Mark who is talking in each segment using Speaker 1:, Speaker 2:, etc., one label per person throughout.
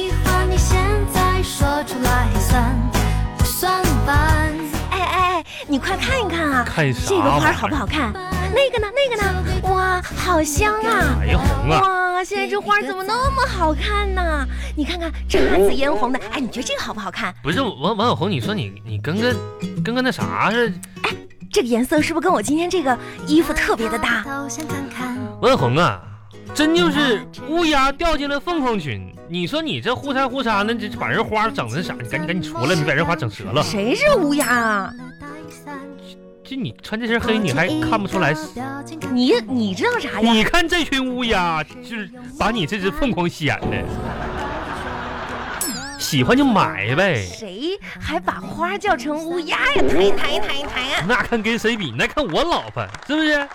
Speaker 1: 哎啊这个
Speaker 2: 看啥玩意
Speaker 1: 花
Speaker 2: 儿
Speaker 1: 好不好看？那个呢？那个呢？哇，好香啊！
Speaker 2: 哎呀，红啊！
Speaker 1: 哇，现在这花怎么那么好看呢？你看看这紫嫣红的，哎，你觉得这个好不好看？
Speaker 2: 不是王王小红，你说你你跟个跟个那啥似的，
Speaker 1: 这个颜色是不是跟我今天这个衣服特别的搭？
Speaker 2: 王小红啊，真
Speaker 1: 啊
Speaker 2: 就是乌鸦掉进了凤凰群。你说你这忽闪忽闪的，这把人花整成啥？你赶紧赶紧出来，你把人花整折了。
Speaker 1: 谁是乌鸦啊？
Speaker 2: 就你穿这身黑，你还看不出来？
Speaker 1: 啊你你知道啥呀？
Speaker 2: 你看这群乌鸦，就是把你这只凤凰显的，喜欢就买呗。
Speaker 1: 谁还把花叫成乌鸦呀？抬抬抬抬啊！
Speaker 2: 那看跟谁比？那看我老婆是不是？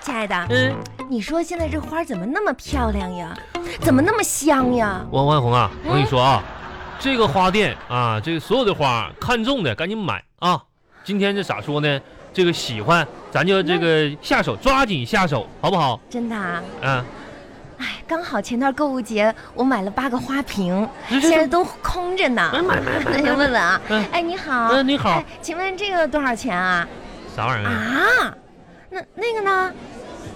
Speaker 1: 亲爱的，
Speaker 2: 嗯，
Speaker 1: 你说现在这花怎么那么漂亮呀？怎么那么香呀？
Speaker 2: 王万红啊，
Speaker 1: 哎
Speaker 2: 我跟你说啊，这个花店啊，这个所有的花看中的赶紧买啊！今天这咋说呢？这个喜欢咱就这个下手，抓紧下手，好不好？
Speaker 1: 真的啊！
Speaker 2: 嗯，
Speaker 1: 哎，刚好前段购物节我买了八个花瓶，
Speaker 2: 是是
Speaker 1: 现在都空着呢。
Speaker 2: 买买哎买买。
Speaker 1: 那先问问啊
Speaker 2: 嗯，
Speaker 1: 哎，你好，
Speaker 2: 嗯，你好
Speaker 1: 哎，，请问这个多少钱啊？
Speaker 2: 啥玩意儿啊？
Speaker 1: 啊，那那个呢？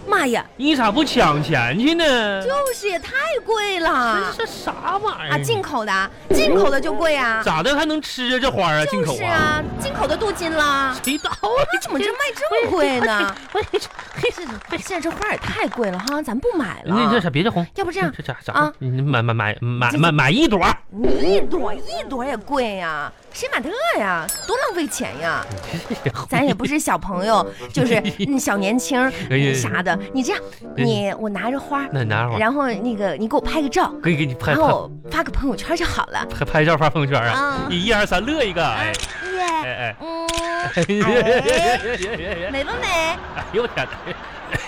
Speaker 1: 妈呀，
Speaker 2: 你咋不抢钱去呢？
Speaker 1: 就是也太贵了啊！
Speaker 2: 这啥玩意儿？
Speaker 1: 进口的，啊进口的就贵啊，
Speaker 2: 咋的还能吃啊？这花啊，进
Speaker 1: 就
Speaker 2: 口
Speaker 1: 是？啊，进口的镀金啦。
Speaker 2: 谁到
Speaker 1: 那怎么这卖这么贵
Speaker 2: 哎
Speaker 1: 呢？啊现在这花也太贵了哈，咱不买了。
Speaker 2: 那这啥？别这红，
Speaker 1: 啊要不这样
Speaker 2: 这咋咋
Speaker 1: 啊？
Speaker 2: 你买买买买买买一朵，
Speaker 1: 你一朵一朵也贵呀，谁买这呀？多浪费钱呀！咱也不是小朋友， 就是嗯小年轻儿
Speaker 2: 哎呀哎
Speaker 1: 啥的。你这样，你我拿着花，
Speaker 2: 那你拿会儿，
Speaker 1: 然后那个你给我拍个照，
Speaker 2: 可以 给你拍
Speaker 1: 然
Speaker 2: 拍
Speaker 1: 后发个朋友圈就好了。
Speaker 2: 拍拍照发朋友圈啊
Speaker 1: 啊！
Speaker 2: 你一二三乐一个，哎
Speaker 1: 耶，
Speaker 2: 哎哎。
Speaker 1: 嗯，
Speaker 2: 哎
Speaker 1: 美不美？
Speaker 2: 呦我天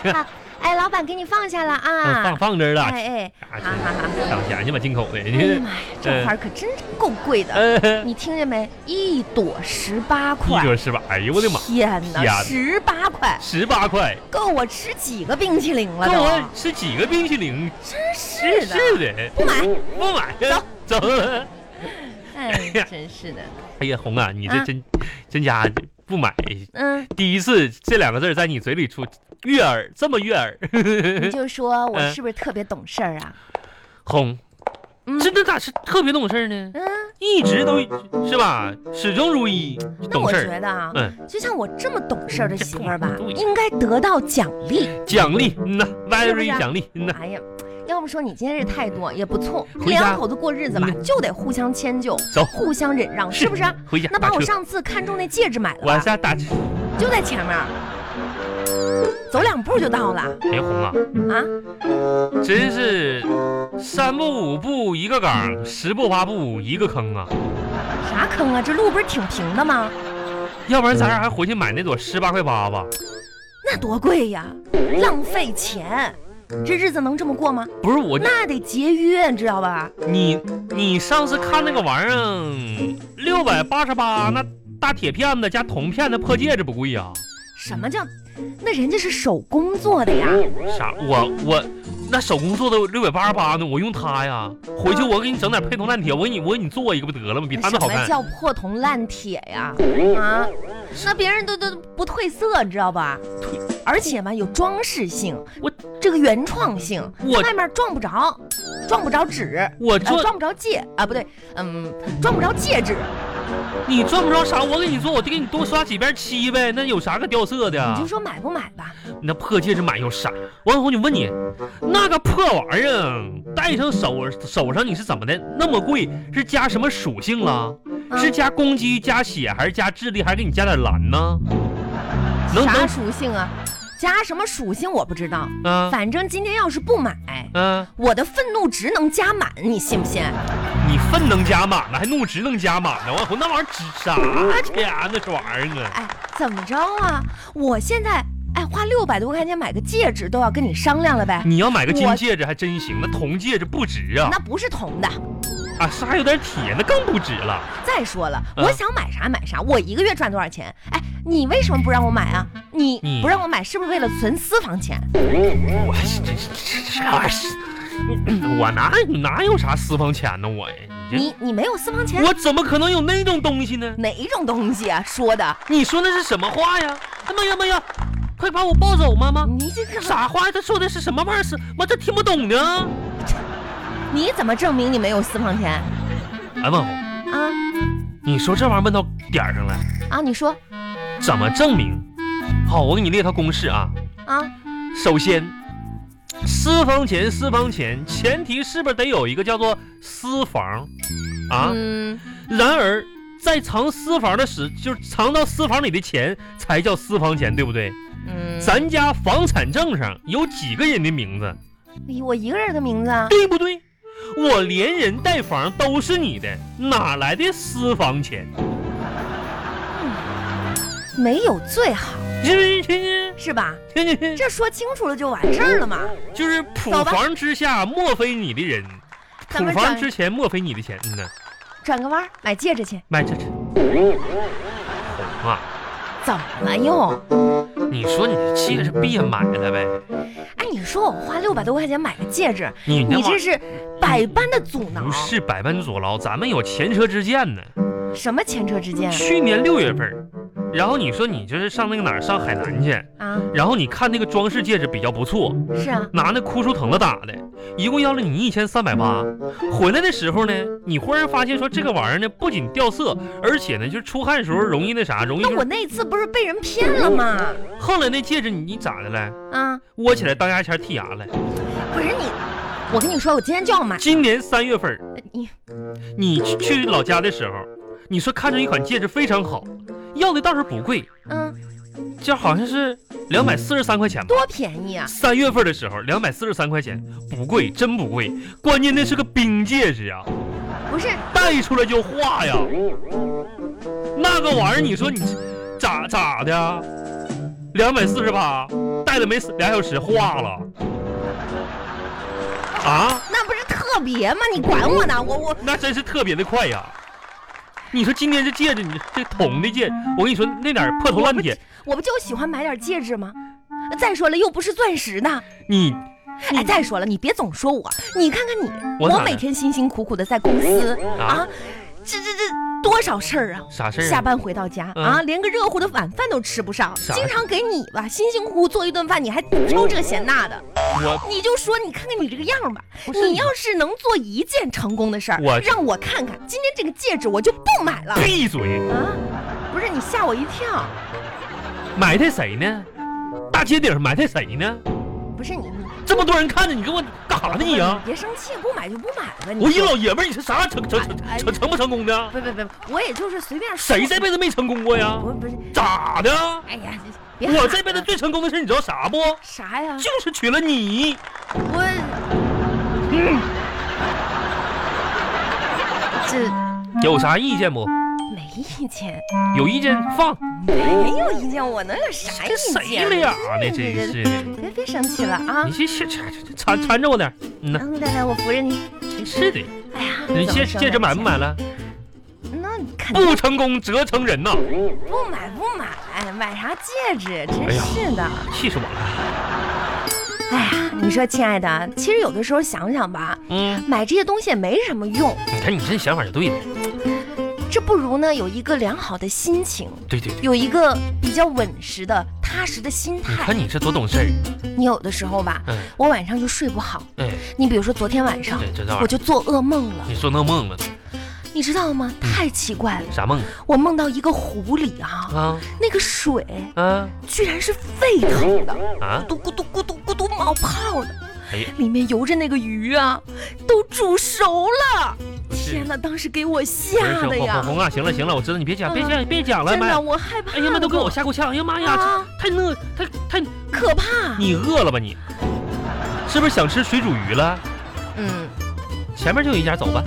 Speaker 2: 哪！
Speaker 1: 好，哎，老板给你放下了
Speaker 2: 嗯放
Speaker 1: 啊。
Speaker 2: 放这儿了，啊
Speaker 1: 哎哎，好好好。
Speaker 2: 抢钱去吧，进口的。
Speaker 1: 哎呀
Speaker 2: 你
Speaker 1: 妈呀，这花儿可真够贵的，
Speaker 2: 呃，
Speaker 1: 你听见没？一朵十八块
Speaker 2: 一。朵十八，哎呦我的妈，
Speaker 1: 天
Speaker 2: 天
Speaker 1: 哪，
Speaker 2: 哪
Speaker 1: 十八块
Speaker 2: 十八块，
Speaker 1: 够我吃几个冰淇淋了
Speaker 2: 够
Speaker 1: 都？
Speaker 2: 我吃几个冰淇淋？
Speaker 1: 真是的，
Speaker 2: 是的，
Speaker 1: 不买。
Speaker 2: 不买，走。
Speaker 1: 哎，真是的。
Speaker 2: 哎呀，红啊，你
Speaker 1: 啊
Speaker 2: 这真真家不买，
Speaker 1: 嗯，
Speaker 2: 第一次这两个字儿在你嘴里出悦耳，这么悦耳。
Speaker 1: 你就说我
Speaker 2: 嗯
Speaker 1: 是不是特别懂事儿啊？
Speaker 2: 红
Speaker 1: 嗯，
Speaker 2: 这这咋是特别懂事儿呢？
Speaker 1: 嗯，
Speaker 2: 一直都是吧，始终如一，
Speaker 1: 那
Speaker 2: 懂
Speaker 1: 我
Speaker 2: 事
Speaker 1: 觉
Speaker 2: 儿。
Speaker 1: 得啊，
Speaker 2: 嗯，
Speaker 1: 就像我这么懂事儿的媳妇儿吧
Speaker 2: 这不，对
Speaker 1: 应该得到奖 励。
Speaker 2: 奖励，嗯呐
Speaker 1: 不是
Speaker 2: ，very
Speaker 1: 啊
Speaker 2: 奖励，嗯呐，
Speaker 1: 哎呀，要不说你今天这态度也不错，
Speaker 2: 回家嗯
Speaker 1: 两口子过日子吧，就得互相迁就，
Speaker 2: 走，
Speaker 1: 互相忍让，是不是啊？
Speaker 2: 回家
Speaker 1: 那把
Speaker 2: 打
Speaker 1: 我
Speaker 2: 车，
Speaker 1: 上次看中那戒指买了
Speaker 2: 往
Speaker 1: 吧，
Speaker 2: 下打车。
Speaker 1: 就在前面儿，走两步就到了
Speaker 2: 哎，红啊，
Speaker 1: 啊！
Speaker 2: 真是三步五步一个岗，十步八步一个坑啊！
Speaker 1: 啥坑啊？这路不是挺平的吗？
Speaker 2: 要不然咱俩还回去买那朵十八块八吧？
Speaker 1: 那多贵呀，浪费钱，这日子能这么过吗？
Speaker 2: 不是我，
Speaker 1: 那得节约，你知道吧？
Speaker 2: 你你上次看那个玩意儿，六百八十八，那大铁片子加铜片子破戒指不贵啊呀、
Speaker 1: 什么叫？那人家是手工做的呀，
Speaker 2: 啥？我我那手工做的六百八十八呢，我用它呀。回去我给你整点配铜烂铁，我给你我给你做一个不得了吗？比
Speaker 1: 那
Speaker 2: 他那
Speaker 1: 嗯什
Speaker 2: 好
Speaker 1: 么
Speaker 2: 看。
Speaker 1: 叫破铜烂铁呀？啊，那别人都都不褪色，你知道吧？而且嘛，有装饰性，
Speaker 2: 我
Speaker 1: 这个原创性，
Speaker 2: 我
Speaker 1: 外面撞不着，撞不着纸，
Speaker 2: 我
Speaker 1: 呃，
Speaker 2: 做
Speaker 1: 撞不着戒啊，不对，嗯，撞不着戒指，
Speaker 2: 你赚不着啥，我给你做，我就给你多刷几遍漆呗。那有啥可掉色
Speaker 1: 你
Speaker 2: 的啊
Speaker 1: 就？说买不买吧？
Speaker 2: 那破戒指买有啥？王小红，你问你，那个破玩意儿戴上手手上你是怎么的？那么贵，是加什么属性了？
Speaker 1: 啊
Speaker 2: 是加攻击、加血，还是加智力，还是给你加点蓝呢？能
Speaker 1: 啥
Speaker 2: 能
Speaker 1: 属性啊？加什么属性我不知道，
Speaker 2: 啊
Speaker 1: 反正今天要是不买，
Speaker 2: 啊！
Speaker 1: 我的愤怒值能加满，你信不信？
Speaker 2: 你愤能加满呢，还怒值能加满呢？我那玩意儿值啥钱呢？这玩意儿啊！
Speaker 1: 哎，怎么着啊？我现在哎花六百多块钱买个戒指都要跟你商量了呗？
Speaker 2: 你要买个金
Speaker 1: 我
Speaker 2: 戒指还真行，那铜戒指不值啊
Speaker 1: 那不是铜的。
Speaker 2: 啊，是还有点铁，那更不值了。
Speaker 1: 再说了，
Speaker 2: 嗯
Speaker 1: 我想买啥买啥，我一个月赚多少钱？哎，你为什么不让我买啊？你
Speaker 2: 你
Speaker 1: 不让我买，是不是为了存私房钱？
Speaker 2: 我这这这这玩意儿，我哪哪有啥私房钱呢？我呀，
Speaker 1: 你你没有私房钱，
Speaker 2: 我怎么可能有那种东西呢？
Speaker 1: 哪一种东西啊？说的，
Speaker 2: 你说那是什么话呀？哎妈呀妈呀！快把我抱走，妈妈！
Speaker 1: 你这个
Speaker 2: 啥话？他说的是什么玩意儿？是我这听不懂呢。
Speaker 1: 你怎么证明你没有私房钱
Speaker 2: 哎，万红，
Speaker 1: 啊？
Speaker 2: 你说这玩意儿问到点儿上了，
Speaker 1: 啊，你说
Speaker 2: 怎么证明？好，我给你列套公式啊。
Speaker 1: 啊，
Speaker 2: 首先，私房钱，私房钱，前提是不是得有一个叫做私房啊？
Speaker 1: 嗯，
Speaker 2: 然而，在藏私房的时，就是藏到私房里的钱才叫私房钱，对不对？
Speaker 1: 嗯，
Speaker 2: 咱家房产证上有几个人的名字？
Speaker 1: 哎我一个人的名字啊，
Speaker 2: 对不对？我连人带房都是你的，哪来的私房钱？
Speaker 1: 没有最好，
Speaker 2: 是不是？是
Speaker 1: 是吧？
Speaker 2: 不是
Speaker 1: 这说清楚了就完事儿了嘛。
Speaker 2: 就是普
Speaker 1: 走吧
Speaker 2: 房之下莫非你的人，
Speaker 1: 咱
Speaker 2: 普
Speaker 1: 们
Speaker 2: 房
Speaker 1: 转
Speaker 2: 之前莫非你的钱。嗯呐，
Speaker 1: 转个弯儿买戒指去，
Speaker 2: 买这这。红啊，
Speaker 1: 怎么了又？
Speaker 2: 呃你说你借着别买了呗？
Speaker 1: 哎，你说我花六百多块钱买个戒指，
Speaker 2: 你那
Speaker 1: 你
Speaker 2: 玩
Speaker 1: 这
Speaker 2: 意
Speaker 1: 是百般的阻挠
Speaker 2: 不，是百般阻挠，咱们有前车之鉴呢。
Speaker 1: 什么前车之鉴啊
Speaker 2: 去年六月份儿，然后你说你就是上那个哪儿上海南去，
Speaker 1: 啊？
Speaker 2: 然后你看那个装饰戒指比较不错，
Speaker 1: 是啊，
Speaker 2: 拿那枯树藤子打的，一共要了你一千三百八。回来的时候呢，你忽然发现说这个玩意儿呢，不仅掉色，而且呢，就是出汗时候容易那啥，容易
Speaker 1: 那
Speaker 2: 就
Speaker 1: 我
Speaker 2: 是。
Speaker 1: 那次不是被人骗了吗？
Speaker 2: 后来那戒指你你咋的了？
Speaker 1: 啊，
Speaker 2: 窝起来当牙签剔牙了。
Speaker 1: 不是你，我跟你说，我今天就要买
Speaker 2: 今年三月份儿，
Speaker 1: 你。
Speaker 2: 你去去老家的时候，你说看中一款戒指非常好，要的倒是不贵，
Speaker 1: 嗯，
Speaker 2: 这好像是两百四十三块钱吧。
Speaker 1: 多便宜啊！
Speaker 2: 三月份的时候，两百四十三块钱，不贵，真不贵。关键那是个冰戒指啊。
Speaker 1: 不是，
Speaker 2: 带出来就化呀。那个玩意儿，你说你咋咋的？两百四十八，戴了没俩小时化了。啊，
Speaker 1: 那不是特别吗？你管我呢？我我
Speaker 2: 那真是特别的快呀！你说今天这戒指，你这铜的戒指，我跟你说那点儿破铜烂铁，
Speaker 1: 我不就喜欢买点戒指吗？再说了，又不是钻石的。
Speaker 2: 你
Speaker 1: 哎，再说了，你别总说我，你看看你，
Speaker 2: 我
Speaker 1: 我
Speaker 2: 咋了
Speaker 1: 每天辛辛苦苦的在公司
Speaker 2: 啊
Speaker 1: 啊，这这这多少事儿啊！
Speaker 2: 啥事儿
Speaker 1: 下
Speaker 2: 啊？
Speaker 1: 班回到家、
Speaker 2: 嗯
Speaker 1: 啊，连个热乎的晚饭都吃不上，
Speaker 2: 啥
Speaker 1: 经常给你吧，辛辛苦苦做一顿饭，你还挑这嫌那的，
Speaker 2: 我
Speaker 1: 你就说你看看你这个样儿吧，
Speaker 2: 不是
Speaker 1: 你要是能做一件成功的事儿
Speaker 2: 我，
Speaker 1: 让我看看，今天这个戒指我就不买了
Speaker 2: 闭嘴！
Speaker 1: 啊！不是你吓我一跳，
Speaker 2: 埋汰谁呢？大街顶上埋汰谁呢？
Speaker 1: 不是你，你
Speaker 2: 这么多人看着你，给我干啥呢你啊？
Speaker 1: 别生气，不买就不买了呗。你
Speaker 2: 我一
Speaker 1: 说
Speaker 2: 老爷们儿，你是啥成成
Speaker 1: 哎
Speaker 2: 成成成不成功的？
Speaker 1: 不不不，我也就是随便说
Speaker 2: 谁这辈子没成功过呀？
Speaker 1: 不不是，
Speaker 2: 咋的？
Speaker 1: 哎呀，别
Speaker 2: 我
Speaker 1: 喊
Speaker 2: 这辈子
Speaker 1: 了
Speaker 2: 最成功的事，你知道啥不？
Speaker 1: 啥呀？
Speaker 2: 就是娶了你。
Speaker 1: 我
Speaker 2: 嗯
Speaker 1: 这
Speaker 2: 有啥意见不？
Speaker 1: 没意见。
Speaker 2: 有意见放。
Speaker 1: 没有意见，我能有啥意
Speaker 2: 这谁
Speaker 1: 见？
Speaker 2: 俩呢？真是的。
Speaker 1: 别别生气了啊
Speaker 2: 你！这这这这缠缠着我点儿。嗯呐，
Speaker 1: 嗯，来来，我扶着你。
Speaker 2: 真是的。
Speaker 1: 哎呀，怎
Speaker 2: 你
Speaker 1: 么
Speaker 2: 戒
Speaker 1: 生
Speaker 2: 戒指
Speaker 1: 的
Speaker 2: 买不买了？
Speaker 1: 气？那肯定
Speaker 2: 不成功则成人呐！
Speaker 1: 不买不买，买啥戒指？真
Speaker 2: 哎呀
Speaker 1: 是的。
Speaker 2: 气死我了。
Speaker 1: 哎呀，你说亲爱的，其实有的时候想想吧，
Speaker 2: 嗯，
Speaker 1: 买这些东西也没什么用，
Speaker 2: 你看你这想法就对了。
Speaker 1: 这不如呢有一个良好的心情，
Speaker 2: 对对对。
Speaker 1: 有一个比较稳实的、踏实的心
Speaker 2: 你
Speaker 1: 态。
Speaker 2: 看你这多懂事儿。
Speaker 1: 你有的时候吧，
Speaker 2: 嗯，
Speaker 1: 我晚上就睡不好。
Speaker 2: 哎，
Speaker 1: 你比如说昨天晚上
Speaker 2: 对，这道
Speaker 1: 我就做噩梦了，
Speaker 2: 你做那梦了？
Speaker 1: 你知道
Speaker 2: 嗯
Speaker 1: 吗？太奇怪了，
Speaker 2: 啥梦
Speaker 1: 我梦到一个湖里啊，
Speaker 2: 啊？
Speaker 1: 那个水
Speaker 2: 啊
Speaker 1: 居然是沸腾的，
Speaker 2: 啊！
Speaker 1: 咕嘟咕嘟咕嘟咕嘟冒泡的，
Speaker 2: 哎呀，
Speaker 1: 里面游着那个鱼啊，都煮熟了。
Speaker 2: 是
Speaker 1: 天哪，当时给我吓
Speaker 2: 不
Speaker 1: 的
Speaker 2: 是红
Speaker 1: 呀！
Speaker 2: 红啊！行了行了，我知道你别讲，别
Speaker 1: 嗯
Speaker 2: 讲，别讲了，
Speaker 1: 真
Speaker 2: 妈呀
Speaker 1: 的，我害怕。
Speaker 2: 哎呀妈，都给我吓够呛！哎呀妈呀，
Speaker 1: 啊
Speaker 2: 这太那太太，
Speaker 1: 可怕。
Speaker 2: 你饿了吧你？是不是想吃水煮鱼了？
Speaker 1: 嗯，
Speaker 2: 前面就有一家，走吧。